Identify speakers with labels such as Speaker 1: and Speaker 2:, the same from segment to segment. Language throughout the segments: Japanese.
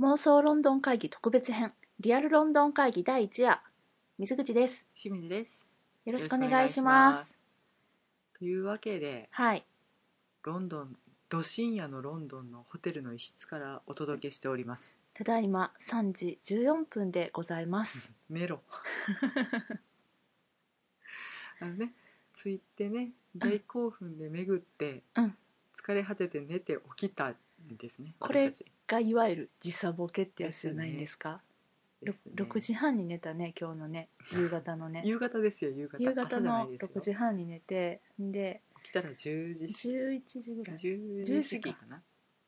Speaker 1: 妄想ロンドン会議特別編リアルロンドン会議第1夜水口です
Speaker 2: 清水です。
Speaker 1: よろしくお願いします
Speaker 2: よろしくお願いしますというわけで、
Speaker 1: はい
Speaker 2: ロンドン、ど深夜のロンドンのホテルの一室からお届けしております。
Speaker 1: ただいま3時14分でございます
Speaker 2: メロ。あのね、ついてね、大興奮で巡って、
Speaker 1: うん
Speaker 2: 疲れ果てて寝て起きたんですね。
Speaker 1: これ
Speaker 2: 私たち
Speaker 1: がいわゆる時差ボケってやつじゃないんですか
Speaker 2: で
Speaker 1: ろ
Speaker 2: すね
Speaker 1: 6時半に寝たね今日のね夕方のね
Speaker 2: 夕方ですよ、夕方。
Speaker 1: 夕方
Speaker 2: 朝じゃな
Speaker 1: の
Speaker 2: いです
Speaker 1: 6
Speaker 2: よ
Speaker 1: 時半に寝てで
Speaker 2: 起きたら10時
Speaker 1: 11時ぐらい
Speaker 2: 10
Speaker 1: 10
Speaker 2: 時
Speaker 1: 時
Speaker 2: 過ぎ
Speaker 1: か
Speaker 2: かな。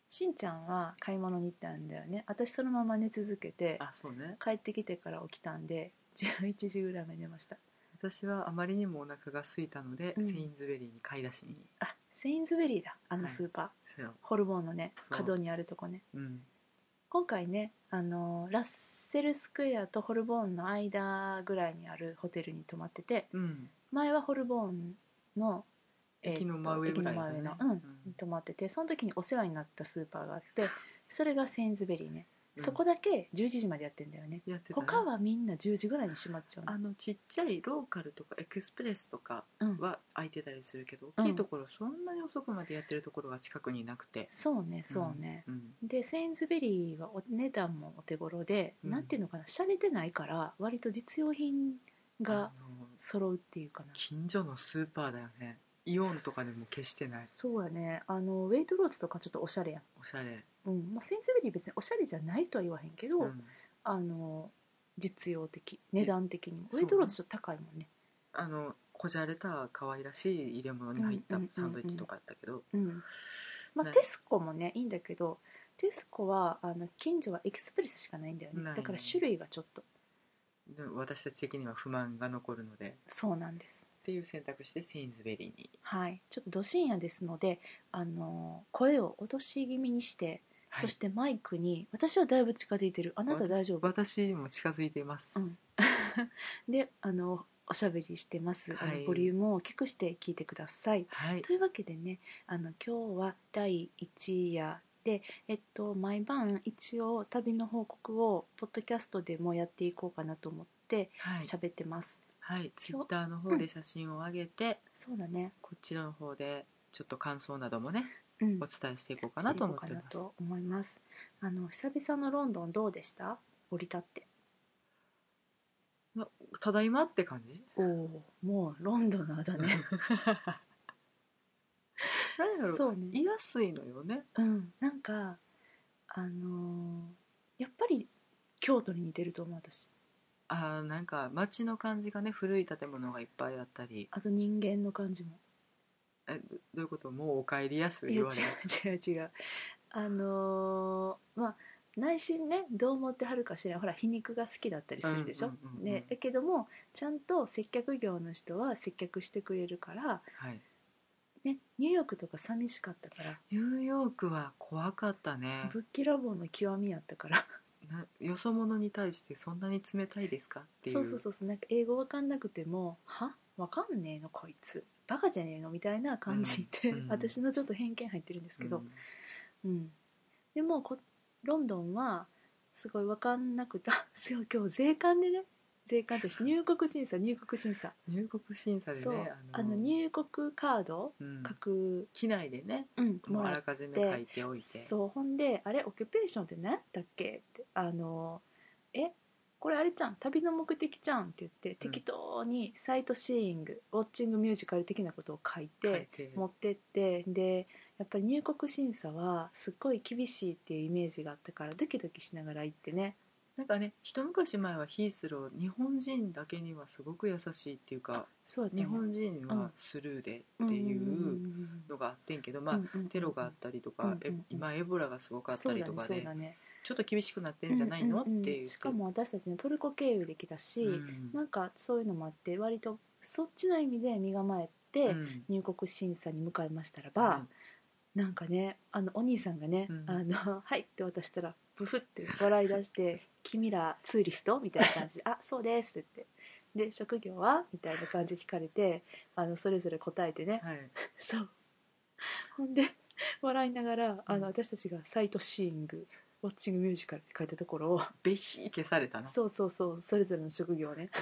Speaker 1: しんちゃんは買い物に行ったんだよね私そのまま寝続けて
Speaker 2: あ、そうね。
Speaker 1: 帰ってきてから起きたんで11時ぐらいまで寝ました
Speaker 2: 私はあまりにもお腹が空いたので、
Speaker 1: うん
Speaker 2: セインズベリーに買い出しに
Speaker 1: あセインズベリーだあのスーパー、
Speaker 2: そう、
Speaker 1: ホルボンのね
Speaker 2: そう
Speaker 1: 角にあるとこね
Speaker 2: うん、
Speaker 1: 今回ねあのーラッセルスクエアとホルボーンの間ぐらいにあるホテルに泊まってて
Speaker 2: うん、
Speaker 1: 前はホルボーンの、えーっと
Speaker 2: 駅の真上ぐらいだ
Speaker 1: 駅の真
Speaker 2: ね
Speaker 1: 上の、うん
Speaker 2: うん
Speaker 1: 泊まっててその時にお世話になったスーパーがあってそれがセインズベリーね、
Speaker 2: うん
Speaker 1: そこだけ11時までやってんだよね
Speaker 2: やってたね
Speaker 1: 他はみんな10時ぐらいに閉まっちゃうの
Speaker 2: あのちっちゃいローカルとかエクスプレスとか
Speaker 1: うん、
Speaker 2: は空いてたりするけど、
Speaker 1: うん
Speaker 2: 大きいところそんなに遅くまでやってるところが近くになくて、
Speaker 1: そうねそうね、
Speaker 2: うん、
Speaker 1: でセインズベリーはお値段もお手頃で、
Speaker 2: うん
Speaker 1: なんていうのかな洒落てないから割と実用品
Speaker 2: あ
Speaker 1: が
Speaker 2: の
Speaker 1: 揃うっていうかな
Speaker 2: 近所のスーパーだよねイオンとかでも決してない
Speaker 1: そうやねあのウェイトローズとかちょっとおしゃれやん、
Speaker 2: おしゃれ、
Speaker 1: うんまあ、セインズベリー別におしゃれじゃないとは言わへんけど、
Speaker 2: うん、
Speaker 1: あの実用的値段的にも
Speaker 2: そ
Speaker 1: ウ
Speaker 2: うね
Speaker 1: ェイトローズちょっと高いもんね
Speaker 2: あのこじゃれた可愛らしい入れ物に入った
Speaker 1: うんうんうんうん
Speaker 2: サンドイッチとかあったけど、
Speaker 1: うんまあ、
Speaker 2: ね
Speaker 1: テスコもねいいんだけどテスコはあの近所はエクスプレスしかないんだよね
Speaker 2: ないね
Speaker 1: だから種類がちょっと
Speaker 2: で私たち的には不満が残るので
Speaker 1: そうなんです
Speaker 2: っていう選択肢でセインズベリーに、
Speaker 1: はい、ちょっとど深夜ですので、あの声を落とし気味にして、そしてマイクに私はだいぶ近づいてるあ
Speaker 2: あ
Speaker 1: なた大丈夫、
Speaker 2: 私も近づいています、
Speaker 1: うんであのおしゃべりしてます、あ
Speaker 2: は
Speaker 1: の
Speaker 2: い
Speaker 1: ボリュームを大きくして聞いてください。
Speaker 2: はい
Speaker 1: というわけでねあの今日は第1夜で、えっと、毎晩一応旅の報告をポッドキャストでもやっていこうかなと思って
Speaker 2: はい、
Speaker 1: 喋ってます。
Speaker 2: はい、ツイッターの方で写真を上げて、
Speaker 1: そうだね、
Speaker 2: こちらの方でちょっと感想などもね
Speaker 1: うん
Speaker 2: お伝えしていこうかなと思ってま
Speaker 1: して
Speaker 2: す
Speaker 1: いこうかなと思いますあの久々のロンドンどうでした降り立って
Speaker 2: ただいまっ て感じ
Speaker 1: おおもうロンドナーだね
Speaker 2: 何やろ う
Speaker 1: そうね
Speaker 2: 言いやすいのよね
Speaker 1: うんなんかあのーやっぱり京都に似てると思う私
Speaker 2: あーなんか街の感じがね古い建物がいっぱいあったり
Speaker 1: あと人間の感じも
Speaker 2: えどどういうこともうお帰りやすい
Speaker 1: いや違
Speaker 2: 言われる
Speaker 1: う違う違うあのーまあ内心ねどう思ってはるか知らんほら皮肉が好きだったりするでしょ、
Speaker 2: うんうんうんうん
Speaker 1: ねだけどもちゃんと接客業の人は接客してくれるから、
Speaker 2: はい
Speaker 1: ね、ニューヨークとか寂しかったから
Speaker 2: ニューヨークは怖かったね
Speaker 1: ぶっきらぼうの極みやったから
Speaker 2: なよそ者に対してそんなに冷たいですかってい
Speaker 1: そ
Speaker 2: う
Speaker 1: うそうそうそうなんか英語わかんなくても「はわかんねえのこいつバカじゃねえの」みたいな感じで、
Speaker 2: うんうん
Speaker 1: 私のちょっと偏見入ってるんですけど、
Speaker 2: うん
Speaker 1: うんでもこロンドンはすごいわかんなくて あそう今日税関でね税関じゃし入国審査入国審査
Speaker 2: 入国審査でね
Speaker 1: そうあの
Speaker 2: 入
Speaker 1: 入国カード
Speaker 2: うん
Speaker 1: 書く、
Speaker 2: 機内でね
Speaker 1: うん、
Speaker 2: も
Speaker 1: も
Speaker 2: うあ
Speaker 1: ら
Speaker 2: ら
Speaker 1: っ
Speaker 2: かじめ書いておいて
Speaker 1: そうほんで「あれオキュペーションって何やったっけ?」って「あのえこれあれじゃん旅の目的じゃん」って言って、適当にサイトシーイングウォッチングミュージカル的なことを書い
Speaker 2: 書
Speaker 1: て
Speaker 2: いて
Speaker 1: 持ってってでやっぱり入国審査はすっごい厳しいっていうイメージがあったからドキドキしながら行ってね
Speaker 2: なんかね一昔前はヒースロー日本人だけにはすごく優しいっていうか
Speaker 1: そうやった
Speaker 2: 日
Speaker 1: ね
Speaker 2: 本人はスルーでっていうのがあってんけど、まあテロがあっ
Speaker 1: か
Speaker 2: たりと
Speaker 1: うんう
Speaker 2: か
Speaker 1: ん、
Speaker 2: え
Speaker 1: うん
Speaker 2: 今エボラがすごかったりとかで、
Speaker 1: そうだねそうだね
Speaker 2: ちょっと厳しくなってんじゃないの、
Speaker 1: うんうんうん
Speaker 2: っていう
Speaker 1: しかも私たちねトルコ経由で来たし、
Speaker 2: うん
Speaker 1: なんかそういうのもあって割とそっちの意味で身構えて
Speaker 2: うん
Speaker 1: 入国審査に向かいましたらば、なんかねあのお兄さんがね「
Speaker 2: うん
Speaker 1: あの はい」って渡したらブフって笑い出して 「君らツーリスト?」みたいな感じで「あそうです」って言って。で職業はみたいな感じで聞かれてあのそれぞれ答えてね
Speaker 2: うんはい、
Speaker 1: そうほんで笑いながらあ
Speaker 2: うん
Speaker 1: の私たちがサイトシーイングウォッチングミュージカルって書いたところを
Speaker 2: べしー消されたな
Speaker 1: そうそうそうそれぞれの職業ね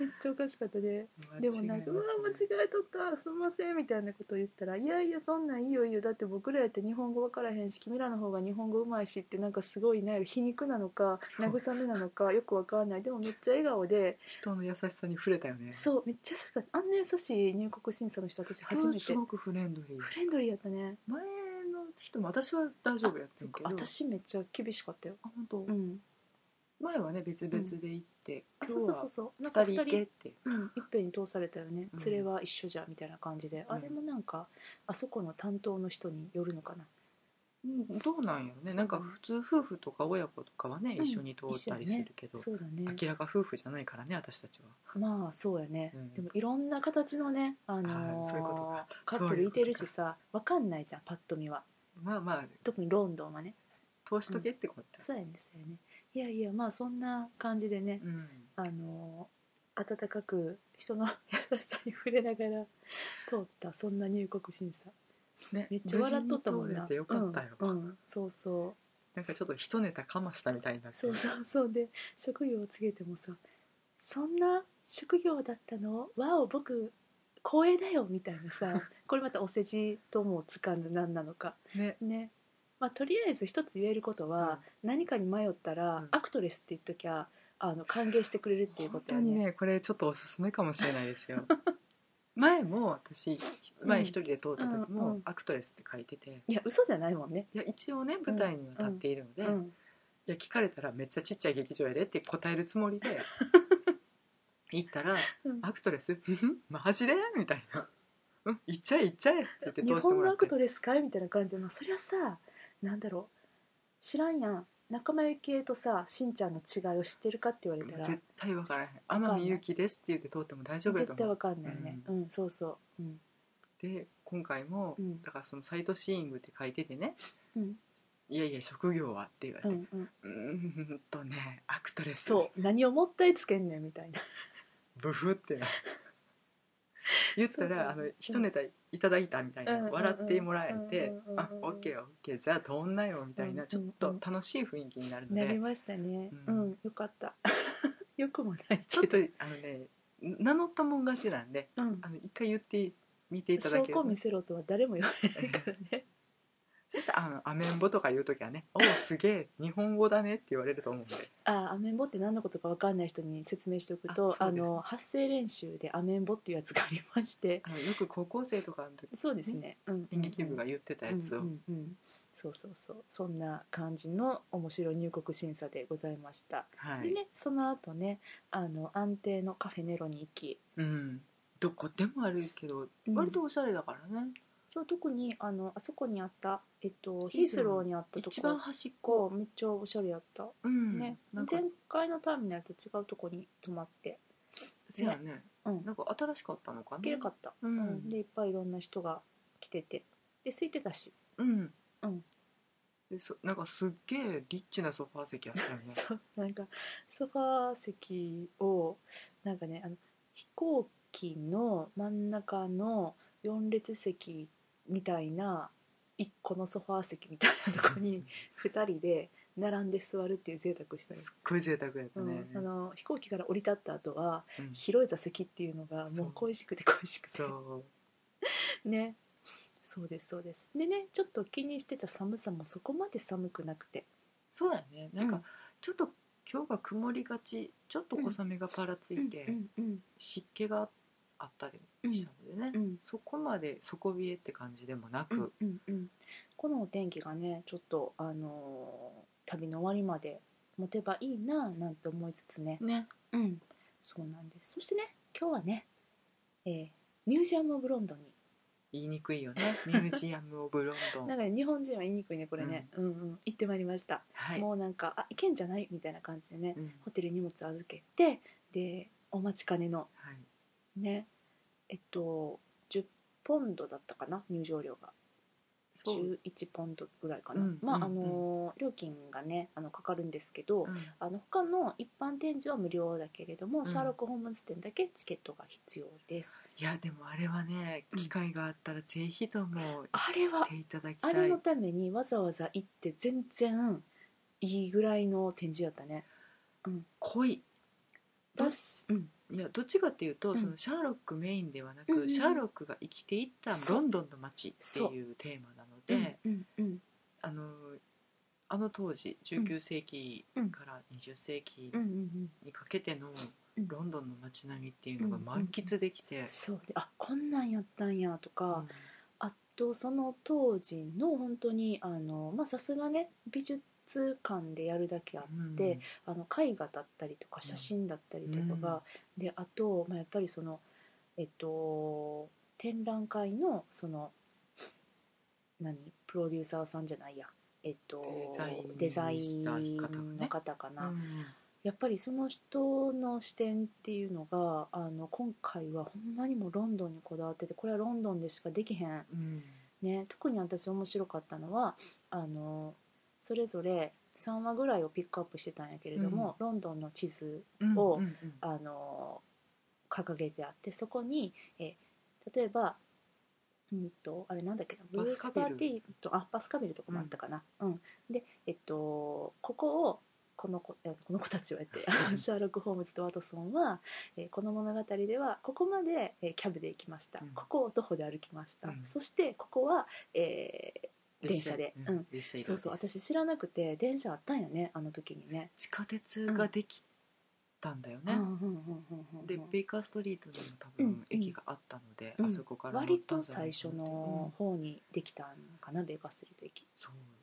Speaker 1: めっちゃおかしかったで、でもなんか「うわ間違えとったすんません」みたいなことを言ったら「いやいやそんなんいいよいいよだって僕らやって日本語分からへんし君らの方が日本語うまいし」ってなんかすごいね皮肉なの か慰めなのかよくわからないでもめっちゃ笑顔で
Speaker 2: 人の優しさに触れたよね
Speaker 1: そうめっちゃ優しかったあんな優しい入国審査の人私初めて
Speaker 2: す
Speaker 1: フ
Speaker 2: ごくフレンドリー
Speaker 1: レンドリーやったね
Speaker 2: 前の人も私は大丈夫やって
Speaker 1: そ
Speaker 2: ん
Speaker 1: っ
Speaker 2: け
Speaker 1: か
Speaker 2: ど
Speaker 1: 私めっちゃ厳しかったよ
Speaker 2: あ本当、
Speaker 1: うん
Speaker 2: 前はね別々で行って、
Speaker 1: あそう
Speaker 2: 今
Speaker 1: そう
Speaker 2: 日
Speaker 1: そ
Speaker 2: は
Speaker 1: うそうなんか
Speaker 2: 2人
Speaker 1: 二
Speaker 2: 行
Speaker 1: 人
Speaker 2: けって
Speaker 1: うん、いっぺんに通されたよね
Speaker 2: うん
Speaker 1: 連れは一緒じゃみたいな感じで、
Speaker 2: うん
Speaker 1: あれもなんかあそこの担当の人によるのかな
Speaker 2: うんどうなんやろねなんか普通夫婦とか親子とかはね、
Speaker 1: うん
Speaker 2: 一緒に通ったりするけど、
Speaker 1: そうだね
Speaker 2: 明らか夫婦じゃないからね私たちは
Speaker 1: まあそうやね、
Speaker 2: うん
Speaker 1: でもいろんな形のね、あのー
Speaker 2: あーそういうことか
Speaker 1: カップルいてるしさわかんないじゃんパッと見は
Speaker 2: まあまあ
Speaker 1: 特にロンドンはね
Speaker 2: 通しとけってこと
Speaker 1: そうやねそうやねいやいやまあそんな感じでね、
Speaker 2: うん、
Speaker 1: あのー温かく人の 優しさに触れながら通ったそんな入国審査
Speaker 2: ね
Speaker 1: めっちゃ笑っとったもん
Speaker 2: 無事に
Speaker 1: な
Speaker 2: 通れてよかったよ、
Speaker 1: うんうん、そうそう
Speaker 2: なんかちょっと一ネタかましたみたいになって
Speaker 1: そうそうそうで職業を告げてもさ「そんな職業だったのわお僕光栄だよ」みたいな さこれまたお世辞ともつかぬ何なのか
Speaker 2: ね
Speaker 1: ねまあとりあえず一つ言えることは、何かに迷ったら、
Speaker 2: うん
Speaker 1: アクトレスって言っときゃあの歓迎してくれるっていうこ
Speaker 2: 本
Speaker 1: と
Speaker 2: 当
Speaker 1: や
Speaker 2: に
Speaker 1: ね
Speaker 2: ねこれちょっとおすすめかもしれないですよ 前も私前一人で通った時
Speaker 1: うんうんう
Speaker 2: も
Speaker 1: ん
Speaker 2: アクトレスって書いてて、
Speaker 1: いや嘘じゃないもんね、
Speaker 2: いや一応ね舞台には立っているので、
Speaker 1: うん
Speaker 2: いや聞かれたらめっちゃちっちゃい劇場やでって答えるつもりで行ったら
Speaker 1: うん
Speaker 2: 「アクトレスふふマジで?」みたいな「うん行っちゃえ行っちゃえ」って言って
Speaker 1: 日
Speaker 2: 通して
Speaker 1: 本
Speaker 2: も
Speaker 1: の
Speaker 2: ら
Speaker 1: ア
Speaker 2: っ
Speaker 1: ク
Speaker 2: て
Speaker 1: トレスかいみたいな感じで、まあ、そりゃさなんだろう知らんやん仲間由紀恵とさしんちゃんの違いを知ってるかって言われたら
Speaker 2: 絶対分からへん「
Speaker 1: んない
Speaker 2: 天海祐希です」って言って通っても大丈夫だと
Speaker 1: 絶対
Speaker 2: 思
Speaker 1: わ
Speaker 2: う
Speaker 1: かんないよね、うんそうそう、うん
Speaker 2: で今回も、
Speaker 1: うん
Speaker 2: だからそのサイトシーイングって書いててね
Speaker 1: うん
Speaker 2: 「いやいや職業は」って言われ
Speaker 1: う
Speaker 2: て
Speaker 1: んうん、
Speaker 2: 「うーんとねアクトレス」
Speaker 1: そう何をもったいつけんねんみたいな
Speaker 2: ブフってな言ったらあの一ネタいただいたみたいな、
Speaker 1: うんうんうん
Speaker 2: 笑ってもらえて
Speaker 1: うんうんう
Speaker 2: 「
Speaker 1: ん
Speaker 2: あオッケーよオッケーじゃあ通んなよ」みたいな、
Speaker 1: うん
Speaker 2: ちょっと楽しい雰囲気になるので、
Speaker 1: なりましたね
Speaker 2: う
Speaker 1: うんん、よかった よくもない
Speaker 2: ちょっ
Speaker 1: け
Speaker 2: と
Speaker 1: ど、
Speaker 2: あのね名乗ったもん勝ちなんで
Speaker 1: うん
Speaker 2: あ、の一回言ってみていただ
Speaker 1: 証
Speaker 2: ければ
Speaker 1: 拠見せろとは誰も言わないからね
Speaker 2: そしたらあの「アメンボ」とか言う時はね「おおすげえ日本語だね」って言われると思うんで
Speaker 1: あアメンボって何のことかわかんない人に説明しておく
Speaker 2: あ
Speaker 1: と
Speaker 2: そ
Speaker 1: あ,、
Speaker 2: うです
Speaker 1: の発声練習でアメンボっていうやつがありまして
Speaker 2: あのよく高校生とかの時
Speaker 1: そうですね、うん、
Speaker 2: 演劇部が言ってたやつを、
Speaker 1: うんうんうん、そうそうそうそんな感じの面白い入国審査でございました
Speaker 2: は
Speaker 1: で
Speaker 2: い、
Speaker 1: ねその後ねあの安定のカフェネロに行き、
Speaker 2: うん、どこでも歩いけど
Speaker 1: うん
Speaker 2: 割とおしゃれだからね、
Speaker 1: そう特にあのあそこにあった、えっと、
Speaker 2: ヒ
Speaker 1: ヒ
Speaker 2: ー
Speaker 1: ー
Speaker 2: ス
Speaker 1: ス
Speaker 2: ロー
Speaker 1: ローにあったとこ
Speaker 2: 一番端っ
Speaker 1: こ
Speaker 2: こ、
Speaker 1: めっちゃおしゃれやった、
Speaker 2: うん
Speaker 1: ね
Speaker 2: なんか
Speaker 1: 前回のターミナルと違うとこに泊まって
Speaker 2: そうやね
Speaker 1: うん
Speaker 2: なんか新しかったのかな
Speaker 1: 綺麗かった、
Speaker 2: うん
Speaker 1: でいっぱいいろんな人が来ててで空いてたし、
Speaker 2: うん、
Speaker 1: うん
Speaker 2: でそなんかすっげえリッチなソファー席あったよね
Speaker 1: そうなんかソファー席をなんかねあの飛行機の真ん中の4列席みたいな1個のソファー席みたいなとこに2人で並んで座るっていう贅沢したよ、
Speaker 2: すっごい贅沢やったね、
Speaker 1: うん、あの飛行機から降り立った後は
Speaker 2: うん
Speaker 1: 広い座席っていうのが
Speaker 2: そ
Speaker 1: も
Speaker 2: う
Speaker 1: う恋しくて恋しくて
Speaker 2: そう
Speaker 1: ねそうですそうですでねちょっと気にしてた寒さもそこまで寒くなくて
Speaker 2: そうやねなん
Speaker 1: う
Speaker 2: か
Speaker 1: ん
Speaker 2: ちょっと今日が曇りがちちょっと小雨がぱらついて、
Speaker 1: うんうん
Speaker 2: 湿気があったりしたのでね、
Speaker 1: うんうん
Speaker 2: そこまで底冷えって感じでもなく、
Speaker 1: うんうんうん、このお天気がねちょっと、あのー旅の終わりまで持てばいいなぁなんて思いつつね、
Speaker 2: ね
Speaker 1: うん、そうなんですそしてね今日はね、えーミュージアム・オブ・ロンドンに
Speaker 2: 言いにくいよねミュージアム・オブ・ロン ド
Speaker 1: な
Speaker 2: ン
Speaker 1: んかね日本人は言いにくいねこれね、うんうん、行ってまいりました、
Speaker 2: はい、
Speaker 1: もうなんかあ行けんじゃないみたいな感じでね、
Speaker 2: うん
Speaker 1: ホテルに荷物預けてでお待ちかねの
Speaker 2: はい、
Speaker 1: ねえっと10ポンドだったかな入場料が
Speaker 2: そう
Speaker 1: 11ポンドぐらいかな、
Speaker 2: うん
Speaker 1: まあ、
Speaker 2: うん
Speaker 1: あの料金がねあのかかるんですけど、
Speaker 2: うん
Speaker 1: あの他の一般展示は無料だけれども、
Speaker 2: ん
Speaker 1: シャーロック・ホームズ展だけチケットが必要です
Speaker 2: いやでもあれはね
Speaker 1: うん
Speaker 2: 機会があったらぜひとも
Speaker 1: あれ
Speaker 2: 行
Speaker 1: は
Speaker 2: っていただきた
Speaker 1: あ
Speaker 2: い、
Speaker 1: れのためにわざわざ行って全然いいぐらいの展示やったね
Speaker 2: 濃い
Speaker 1: だ
Speaker 2: だ
Speaker 1: し、うん、
Speaker 2: いやどっちかっていうと、
Speaker 1: うん
Speaker 2: そのシャーロックメインでは
Speaker 1: う
Speaker 2: な
Speaker 1: ん
Speaker 2: く、
Speaker 1: うんうん
Speaker 2: シャーロックが生きていった
Speaker 1: そう
Speaker 2: ロンドンの街っていうテーマなので、
Speaker 1: うんうん
Speaker 2: あのあの当時19世紀から20世紀
Speaker 1: うんうんうん
Speaker 2: にかけての
Speaker 1: うん
Speaker 2: ロンドンの街並みっていうのが満喫できて、
Speaker 1: そうであこんなんやったんやとか、
Speaker 2: うん
Speaker 1: あとその当時の本当にあのまあさすがね美術館でやるだけあっ
Speaker 2: うん
Speaker 1: であの絵画だったりとか
Speaker 2: うん
Speaker 1: 写真だったりとかが、であと、まあ、やっぱりそのえっと展覧会のその何プロデューサーさんじゃないやえっと
Speaker 2: デザイン
Speaker 1: デザイン
Speaker 2: した方がね
Speaker 1: の方かな、
Speaker 2: うん
Speaker 1: やっぱりその人の視点っていうのがあの今回はほんまにもうロンドンにこだわっててこれはロンドンでしかできへん
Speaker 2: うん
Speaker 1: ね、特に私面白かったのはあのそれぞれ3話ぐらいをピックアップしてたんやけれども、ロンドンの地図
Speaker 2: うん
Speaker 1: を
Speaker 2: うんうん
Speaker 1: あの掲げてあってそこにえ例えば、うん、とあれなんだっけなブ
Speaker 2: バ
Speaker 1: ルー
Speaker 2: ス
Speaker 1: ス・
Speaker 2: カビ
Speaker 1: パ
Speaker 2: ル
Speaker 1: ーティーとあバスカビルとかもあったかな、うんで、えっと、ここをこの子えこの子たちをやって シャーロック・ホームズとワトソンは、えこの物語ではここまで、えキャブで行きました、
Speaker 2: うん
Speaker 1: ここを徒歩で歩きました、
Speaker 2: うん
Speaker 1: そしてここは、え電車で
Speaker 2: 列車
Speaker 1: うん
Speaker 2: 列車
Speaker 1: ー
Speaker 2: 移
Speaker 1: そう
Speaker 2: 動です
Speaker 1: そう私知らなくて電車あったんやねあの時にね。
Speaker 2: 地下鉄ができたんだよね、
Speaker 1: うんうんうんうんうんうん
Speaker 2: でベイカーストリートに
Speaker 1: うん
Speaker 2: も多分駅があったので、
Speaker 1: うん
Speaker 2: あそこから乗
Speaker 1: 割
Speaker 2: った
Speaker 1: と
Speaker 2: んじゃない
Speaker 1: 最
Speaker 2: か
Speaker 1: 初
Speaker 2: なと
Speaker 1: の方にできたんかな、ベーカーストリート駅
Speaker 2: うん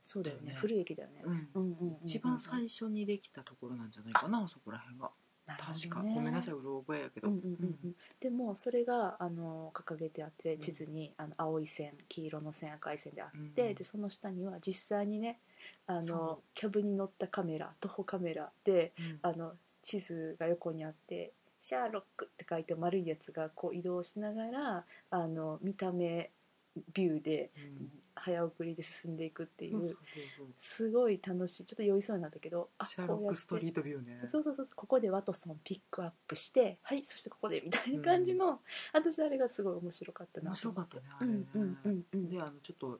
Speaker 1: そうだよね
Speaker 2: い、
Speaker 1: 古い駅だよね、
Speaker 2: うん
Speaker 1: うんうんうんうん
Speaker 2: 一番最初にできたところなんじゃないかなあそこら辺が
Speaker 1: なるほどね
Speaker 2: 確か、ごめんなさい、うろ覚えやけ
Speaker 1: う
Speaker 2: ど、
Speaker 1: んうんうんうん、でもそれがあの掲げてあって
Speaker 2: ん
Speaker 1: 地図にあの青い線黄色の線赤い線であって、
Speaker 2: うん
Speaker 1: でその下には実際にねあの
Speaker 2: そ
Speaker 1: キャブに乗ったカメラ徒歩カメラで
Speaker 2: うん
Speaker 1: あの地図が横にあって「シャーロック」って書いて丸いやつがこう移動しながらあの見た目ビューで
Speaker 2: うん
Speaker 1: 早送りで進んでいくってい
Speaker 2: そうそううそう
Speaker 1: すごい楽しいちょっと酔いそうになったけどあ
Speaker 2: シャーロックストリー
Speaker 1: こ
Speaker 2: トビューね
Speaker 1: うやってそうそうそうここでワトソンピックアップしてはいそしてここでみたいな感じの、私あれがすごい面白かったな
Speaker 2: 面
Speaker 1: と
Speaker 2: 白
Speaker 1: 思
Speaker 2: か
Speaker 1: っ
Speaker 2: ってたねあれね、
Speaker 1: うんうんうんうん
Speaker 2: であのちょっと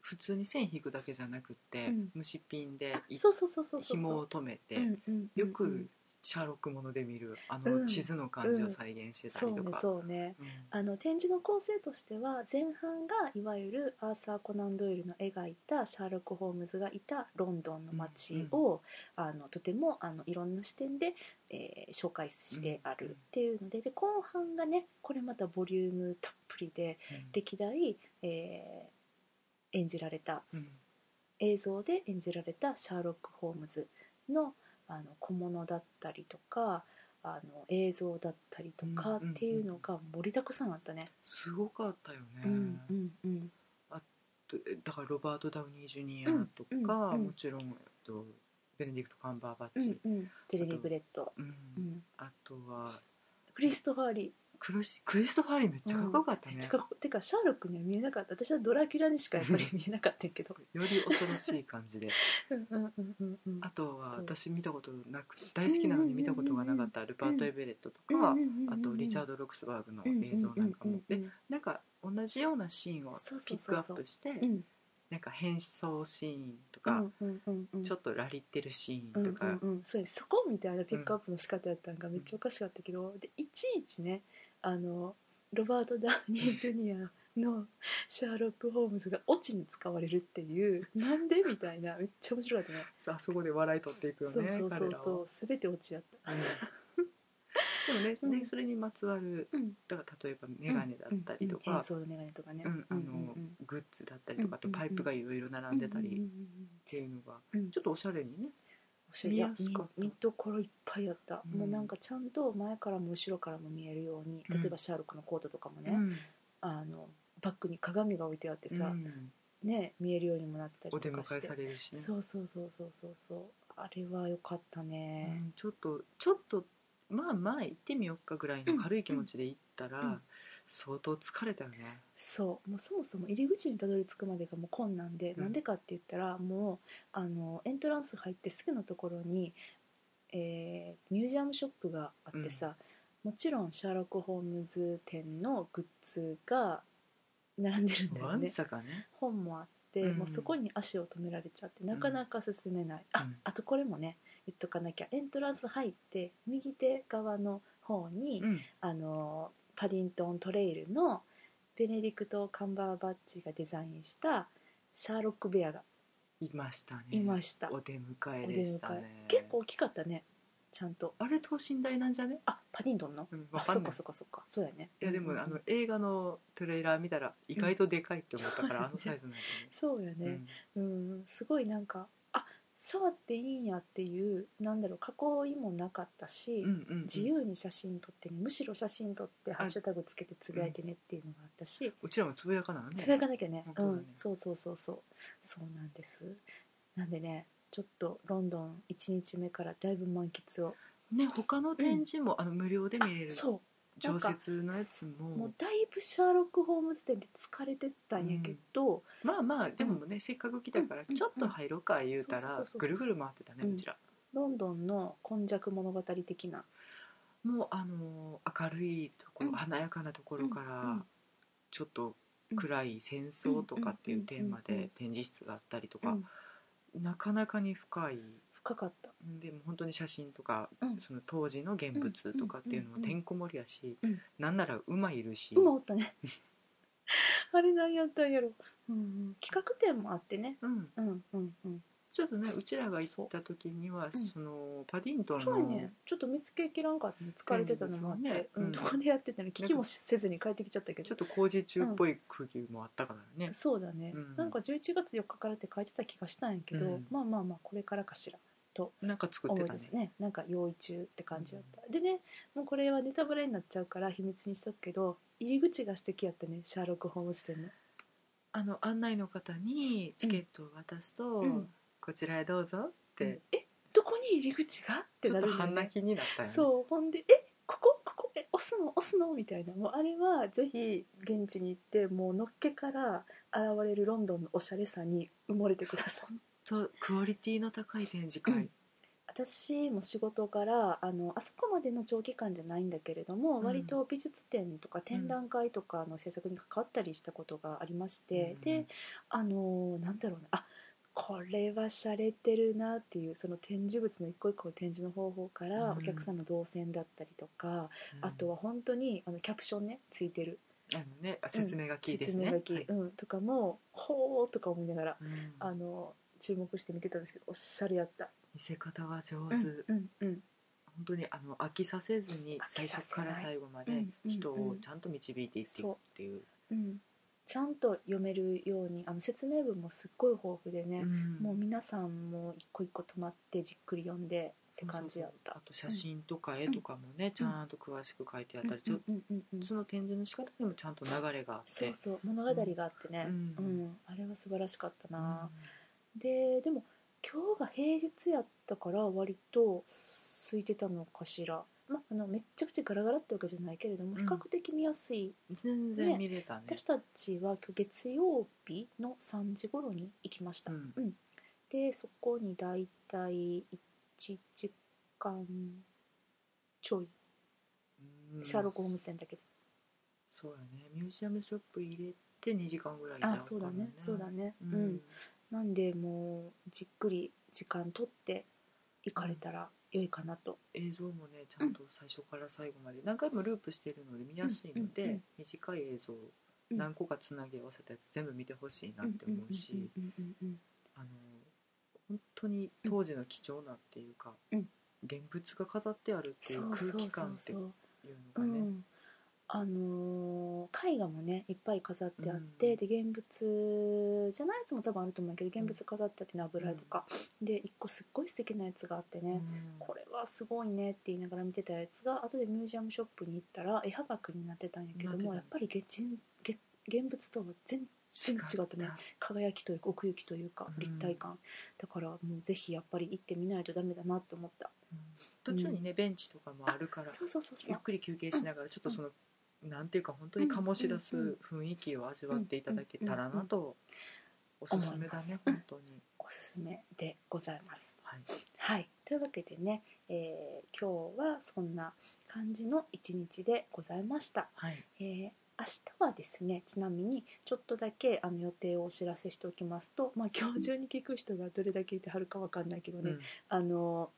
Speaker 2: 普通に線引くだけじゃなくて、
Speaker 1: うん
Speaker 2: 虫ピンで
Speaker 1: あ
Speaker 2: い
Speaker 1: そうそうそうそうそう
Speaker 2: 紐を留めて、
Speaker 1: うんうんうん
Speaker 2: よ
Speaker 1: う
Speaker 2: く
Speaker 1: ん
Speaker 2: シャーロックもので見るあ
Speaker 1: うん
Speaker 2: の地図の感じを再現してた
Speaker 1: そう
Speaker 2: りと
Speaker 1: ね
Speaker 2: か、
Speaker 1: そうね
Speaker 2: うん
Speaker 1: あの展示の構成としては前半がいわゆるアーサー・コナン・ドイルの描いたシャーロック・ホームズがいたロンドンの街を、あのとてもあのいろんな視点で、えー紹介してあ
Speaker 2: うん
Speaker 1: るっていうので,、で後半がねこれまたボリュームたっぷりで歴代、えー演じられた、
Speaker 2: うん
Speaker 1: 映像で演じられたシャーロック・ホームズのあの小物だったりとかあの映像だったりとか
Speaker 2: うんうんうん
Speaker 1: っていうのが盛りだくさんあったね。
Speaker 2: すごかったよね、
Speaker 1: うんうんうん
Speaker 2: だからロバート・ダウニー・ジュニアとか、
Speaker 1: うんうん
Speaker 2: もちろんえっとベネディクト・カンバーバ
Speaker 1: う
Speaker 2: ッチ、
Speaker 1: んうんジェレミー・ブレッド、
Speaker 2: うん
Speaker 1: うん、
Speaker 2: あとは
Speaker 1: クリストファーリ
Speaker 2: クリスクリストファーリーめっ
Speaker 1: ー
Speaker 2: ちゃかっこよかったね
Speaker 1: うん、めちゃかっこてかシャーロックには見えなかった私はドラキュラにしかやっぱり見えなかったけど
Speaker 2: より恐ろしい感 じで
Speaker 1: うんうんうんうんうん
Speaker 2: あとは
Speaker 1: そう
Speaker 2: 私見たことなく大好きなのに見たことがなかったルパート・エベレットと
Speaker 1: うん
Speaker 2: か
Speaker 1: うん、うんうん
Speaker 2: あとリチャード・ロクスバーグの映像なんかも、
Speaker 1: う
Speaker 2: で
Speaker 1: んうん
Speaker 2: なんか同じようなシーンを
Speaker 1: そうそ
Speaker 2: ピ
Speaker 1: う
Speaker 2: ッ
Speaker 1: そうそう
Speaker 2: クアップして
Speaker 1: うん
Speaker 2: なんか変装シーンと
Speaker 1: う
Speaker 2: か、
Speaker 1: んうんうんうん
Speaker 2: ちょっとラリってるシーンと
Speaker 1: う
Speaker 2: か、
Speaker 1: んうんうん、そうやそこみたいなピックアップの仕方やったんがめっちゃおかしかったけど、でいちいちねあのロバート・ダウニー・ジュニアのシャーロック・ホームズがオチに使われるっていうなんでみたいなめっちゃ面白かったね
Speaker 2: あそこで笑い取っていくよ
Speaker 1: そう
Speaker 2: ね
Speaker 1: そうそ
Speaker 2: 彼
Speaker 1: う
Speaker 2: らは
Speaker 1: そう全てオチやった、
Speaker 2: うんでもね,ね、
Speaker 1: うん
Speaker 2: それにまつわる
Speaker 1: うん、
Speaker 2: だから例えば眼鏡だったりと
Speaker 1: うんうん、
Speaker 2: か、
Speaker 1: そうメガネとかね、
Speaker 2: うんあの
Speaker 1: うん
Speaker 2: グッズだったりとか、
Speaker 1: うん
Speaker 2: あとパイプがいろいろ並んでたり
Speaker 1: うんうん
Speaker 2: っ
Speaker 1: うん
Speaker 2: ていうのが、
Speaker 1: うんうん
Speaker 2: ちょっとおしゃれにね
Speaker 1: おしゃれいや
Speaker 2: 見やすかった
Speaker 1: 見見どころいっぱいあった、
Speaker 2: うん
Speaker 1: もうなんかちゃんと前からも後ろからも見えるように例えばシャーロックのコートとかもね、
Speaker 2: うん
Speaker 1: あのバッグに鏡が置いてあって
Speaker 2: う
Speaker 1: さ、
Speaker 2: ん
Speaker 1: ね見えるようにもなったり
Speaker 2: お
Speaker 1: と
Speaker 2: 出迎
Speaker 1: かして
Speaker 2: えされるしね、
Speaker 1: そうそうそうそうそうそうあれは良かった
Speaker 2: う
Speaker 1: ね、
Speaker 2: んちょっとちょっとまあまあ行ってみようかぐらいの軽い気持ちで行ったら、
Speaker 1: うんうん
Speaker 2: 相当疲れたよね
Speaker 1: そうもうそもそも入り口にたどり着くまでがもう困難で
Speaker 2: うん
Speaker 1: な、んでかって言ったらもうあのエントランス入ってすぐのところに、えーミュージアムショップがあってさ、もちろんシャーロック・ホームズ店のグッズが並んでるんだ
Speaker 2: わ
Speaker 1: よ
Speaker 2: ん
Speaker 1: ね
Speaker 2: さかね
Speaker 1: 本もあって、
Speaker 2: うん
Speaker 1: もうそこに足を止められちゃってなかなか進めない、あ
Speaker 2: うん
Speaker 1: あとこれもね言っとかなきゃエントランス入って右手側の方に、
Speaker 2: うん
Speaker 1: あのパディントントレイルのベネディクト・カンバーバッジがデザインしたシャーロック・ベアが
Speaker 2: いましたね
Speaker 1: いました、
Speaker 2: お出迎えでしたね
Speaker 1: 結構大きかったねちゃんと
Speaker 2: あれ等身大なんじゃね
Speaker 1: あパディントンの
Speaker 2: うんわ
Speaker 1: あ
Speaker 2: か
Speaker 1: そ
Speaker 2: ん
Speaker 1: っ
Speaker 2: な
Speaker 1: か
Speaker 2: い
Speaker 1: そっかそっかそうやね
Speaker 2: いやで
Speaker 1: う
Speaker 2: も、
Speaker 1: んうん
Speaker 2: あの映画のトレーラー見たら意外とでかいって思ったから、
Speaker 1: うん
Speaker 2: あのサイズなんだ
Speaker 1: そうや
Speaker 2: ね、
Speaker 1: ねうん、すごいなんかあ触っていいんやっていうなんだろう囲いもなかったし、
Speaker 2: うんうんうんうん
Speaker 1: 自由に写真撮ってねむしろ写真撮ってハッシュタグつけてつぶやいてねっていうのがあったし、
Speaker 2: うちらもつぶやかなのね
Speaker 1: つぶやかなきゃねう
Speaker 2: 本当だね
Speaker 1: んそうそうそうそうそうなんですなんでねちょっとロンドン1日目からだいぶ満喫を
Speaker 2: ね他の展示も、あの無料で
Speaker 1: あ
Speaker 2: 見れる
Speaker 1: そ
Speaker 2: 常設のやつ
Speaker 1: うもう
Speaker 2: も
Speaker 1: だいぶシャーロック・ホームズ店で疲れてったんやけど、
Speaker 2: まあまあでもね、せっかく来たから
Speaker 1: うん
Speaker 2: ちょっと入ろうか言う
Speaker 1: そ
Speaker 2: た
Speaker 1: うそ
Speaker 2: ら
Speaker 1: うそうそう
Speaker 2: ぐるぐる回ってたね
Speaker 1: うん
Speaker 2: うちら、
Speaker 1: ロンドンの今昔物語的な
Speaker 2: もうあのー明るいところ、
Speaker 1: うん
Speaker 2: 華やかなところから、
Speaker 1: うんうん
Speaker 2: ちょっと暗い戦争とかっていうテーマ
Speaker 1: うんうんうんう
Speaker 2: で
Speaker 1: ん
Speaker 2: 展示室があったりと
Speaker 1: う
Speaker 2: か
Speaker 1: ん、
Speaker 2: なかなかに深い
Speaker 1: 深かった
Speaker 2: でも本当に写真とか、
Speaker 1: うん
Speaker 2: その当時の現物とかっていうのも
Speaker 1: うんうんうんうん
Speaker 2: てんこ盛りやし、
Speaker 1: うん
Speaker 2: なんなら馬いるし、
Speaker 1: 馬おった ねあれ何やったんやろ、うんうん、企画展もあってね
Speaker 2: うん
Speaker 1: うんうんうん
Speaker 2: ちょっとねうちらが行った時には
Speaker 1: そううん
Speaker 2: そのパディントン
Speaker 1: そう
Speaker 2: の、
Speaker 1: やねちょっと見つけきらんかったね疲れてたのもあって、
Speaker 2: 展示
Speaker 1: う
Speaker 2: 物もね
Speaker 1: ん、どこでやってたの聞きもせずに帰ってきちゃったけど
Speaker 2: ちょっと工事中っぽい空気もあったからね、
Speaker 1: そうだね、
Speaker 2: うん
Speaker 1: なんか11月4日からって書いてた気がしたんやけど、
Speaker 2: うん
Speaker 1: まあまあまあこれからかしら
Speaker 2: なんか作っ
Speaker 1: 思
Speaker 2: て
Speaker 1: い
Speaker 2: た
Speaker 1: で
Speaker 2: ね
Speaker 1: すねなんか用意中って感じだった、でねもうこれはネタバレになっちゃうから秘密にしとくけど入り口が素敵やったねシャーロック・ホームズ店の
Speaker 2: あの案内の方にチケットを渡すと、
Speaker 1: うん
Speaker 2: こちらへどうぞって、
Speaker 1: うんえどこに入り口がって
Speaker 2: ちょ
Speaker 1: な
Speaker 2: っと
Speaker 1: るんだよ
Speaker 2: 半
Speaker 1: ね
Speaker 2: 泣きになったよね
Speaker 1: そうほんで「えここここえ押すの押すの?」みたいなもうあれはぜひ現地に行ってもうのっけから現れるロンドンのおしゃれさに埋もれてください
Speaker 2: とクオリティの高い展示会、
Speaker 1: うん 私も仕事からあのあそこまでの長期間じゃないんだけれども、
Speaker 2: うん
Speaker 1: 割と美術展とか展覧会とかの制作に関わったりしたことがありまして、
Speaker 2: うん
Speaker 1: であのなんだろうなあこれは洒落てるなっていうその展示物の一個一個の展示の方法から、
Speaker 2: うん
Speaker 1: お客さんの動線だったりとか、
Speaker 2: うん
Speaker 1: あとは本当にあのキャプションねついてる
Speaker 2: あのね説明書きですね、
Speaker 1: 説明書き、
Speaker 2: はい
Speaker 1: うん、とかも「ほー」とか思いながら
Speaker 2: うん
Speaker 1: あの注目して見てたんですけどおしゃれやった。
Speaker 2: 見せ方が上手、
Speaker 1: うんうん
Speaker 2: 本当にあの飽きさせずに
Speaker 1: 飽
Speaker 2: 最
Speaker 1: きさせない
Speaker 2: 初から最後ま
Speaker 1: うん
Speaker 2: で
Speaker 1: うん
Speaker 2: 人
Speaker 1: う
Speaker 2: を
Speaker 1: ん
Speaker 2: ちゃんと導いていっていくっていう,
Speaker 1: うん、ちゃんと読めるようにあの説明文もすっごい豊富で
Speaker 2: うん、
Speaker 1: ね、もう皆さんも一個一個止まってじっくり読んでって感じやっ
Speaker 2: そうそうそう
Speaker 1: た
Speaker 2: あ。と写真とか絵とかもね、ちゃんと詳しく書いてあったり、ちょ
Speaker 1: うんうんうんうん
Speaker 2: その展示の仕方にもちゃんと流れがあって
Speaker 1: そうそう物語があってね、
Speaker 2: うん
Speaker 1: うんあれは素晴らしかったな、ででも今日が平日やったから割と空いてたのかしら、ま、あのめっちゃくちゃガラガラってわけじゃないけれども
Speaker 2: うん
Speaker 1: 比較的見やすい、
Speaker 2: うん全然見れたね
Speaker 1: 私たちは今日月曜日の3時頃に行きました、
Speaker 2: うん
Speaker 1: でそこに大体1時間ちょい、
Speaker 2: うん
Speaker 1: シャーロック・ホームズ店だけで、
Speaker 2: そうやねミュージアムショップ入れて2時間ぐらいいたのか
Speaker 1: あ
Speaker 2: な
Speaker 1: そうだねそうだね
Speaker 2: う
Speaker 1: うん、
Speaker 2: ん、
Speaker 1: なんでもうじっくり時間取って行かれたら良いかなと、
Speaker 2: 映像もねちゃんと最初から最後まで何回もループしてるので見やすいので、
Speaker 1: うんうんうん
Speaker 2: 短い映像を
Speaker 1: うん
Speaker 2: 何個かつなぎ合わせたやつ全部見てほしいなって思うし、
Speaker 1: うんうんうん
Speaker 2: あの本当に当時の貴重なっていうか、
Speaker 1: うん
Speaker 2: 現物が飾ってあるっていう空気感っていう
Speaker 1: う
Speaker 2: のが
Speaker 1: う
Speaker 2: ね
Speaker 1: んあのー絵画もねいっぱい飾ってあって、
Speaker 2: うん
Speaker 1: で現物じゃないやつも多分あると思うけど現物飾ってあってね油絵とか、で一個すっごい素敵なやつがあってね、
Speaker 2: うん
Speaker 1: これはすごいねって言いながら見てたやつが後でミュージアムショップに行ったら絵はがきになってたんやけど
Speaker 2: なって
Speaker 1: も
Speaker 2: た
Speaker 1: やっぱり現人現現物とは全然違ったね輝きというか奥行きというか
Speaker 2: うん
Speaker 1: 立体感、だからもうぜひやっぱり行ってみないとダメだなって思った
Speaker 2: うん途中にねベンチとかもあるから
Speaker 1: そうそうそうそ
Speaker 2: ゆっ
Speaker 1: う
Speaker 2: くり休憩しながらちょっとそのなんていうか本当に醸し出す雰囲気を味わっていただけたらなとおすすめだね
Speaker 1: うん
Speaker 2: 本当に。
Speaker 1: おすすめでございます。
Speaker 2: はい、
Speaker 1: はい、というわけでね、えー今日はそんな感じの一日でございました。
Speaker 2: はい、
Speaker 1: えー明日はですねちなみにちょっとだけあの予定をお知らせしておきますと、まあ、今日中に聞く人がどれだけいてはるかわかんないけど
Speaker 2: う
Speaker 1: ね、
Speaker 2: ん
Speaker 1: あの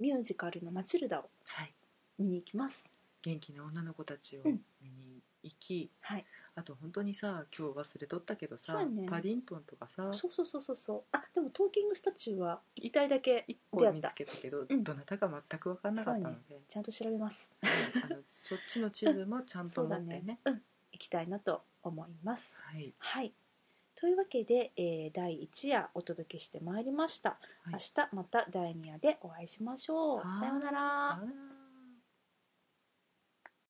Speaker 1: ミュージカルの「マチルダ」を
Speaker 2: はい、
Speaker 1: 見に行きます。
Speaker 2: 元気な女の子たちを
Speaker 1: う
Speaker 2: 見
Speaker 1: ん
Speaker 2: に行き、
Speaker 1: はい、
Speaker 2: あと本当にさ今日忘れとったけどさ、
Speaker 1: そうね
Speaker 2: パディントンとかさ
Speaker 1: そうそうそうそうそうあでもトーキングスタチューは一体だけ
Speaker 2: 一
Speaker 1: 出
Speaker 2: 個
Speaker 1: 会
Speaker 2: 見
Speaker 1: った
Speaker 2: つけたけど、
Speaker 1: うん
Speaker 2: どなたか全く分かんなかったので、
Speaker 1: ちゃんと調べます
Speaker 2: はいあのそっちの地図もちゃんと
Speaker 1: そう
Speaker 2: 持
Speaker 1: だ
Speaker 2: ってね
Speaker 1: ねうん行きたいなと思います。
Speaker 2: はい、
Speaker 1: はい。というわけで、えー第1夜お届けしてまいりました。
Speaker 2: い
Speaker 1: 明日また第2夜でお会いしましょう。
Speaker 2: はい
Speaker 1: さようなら。
Speaker 2: さよなら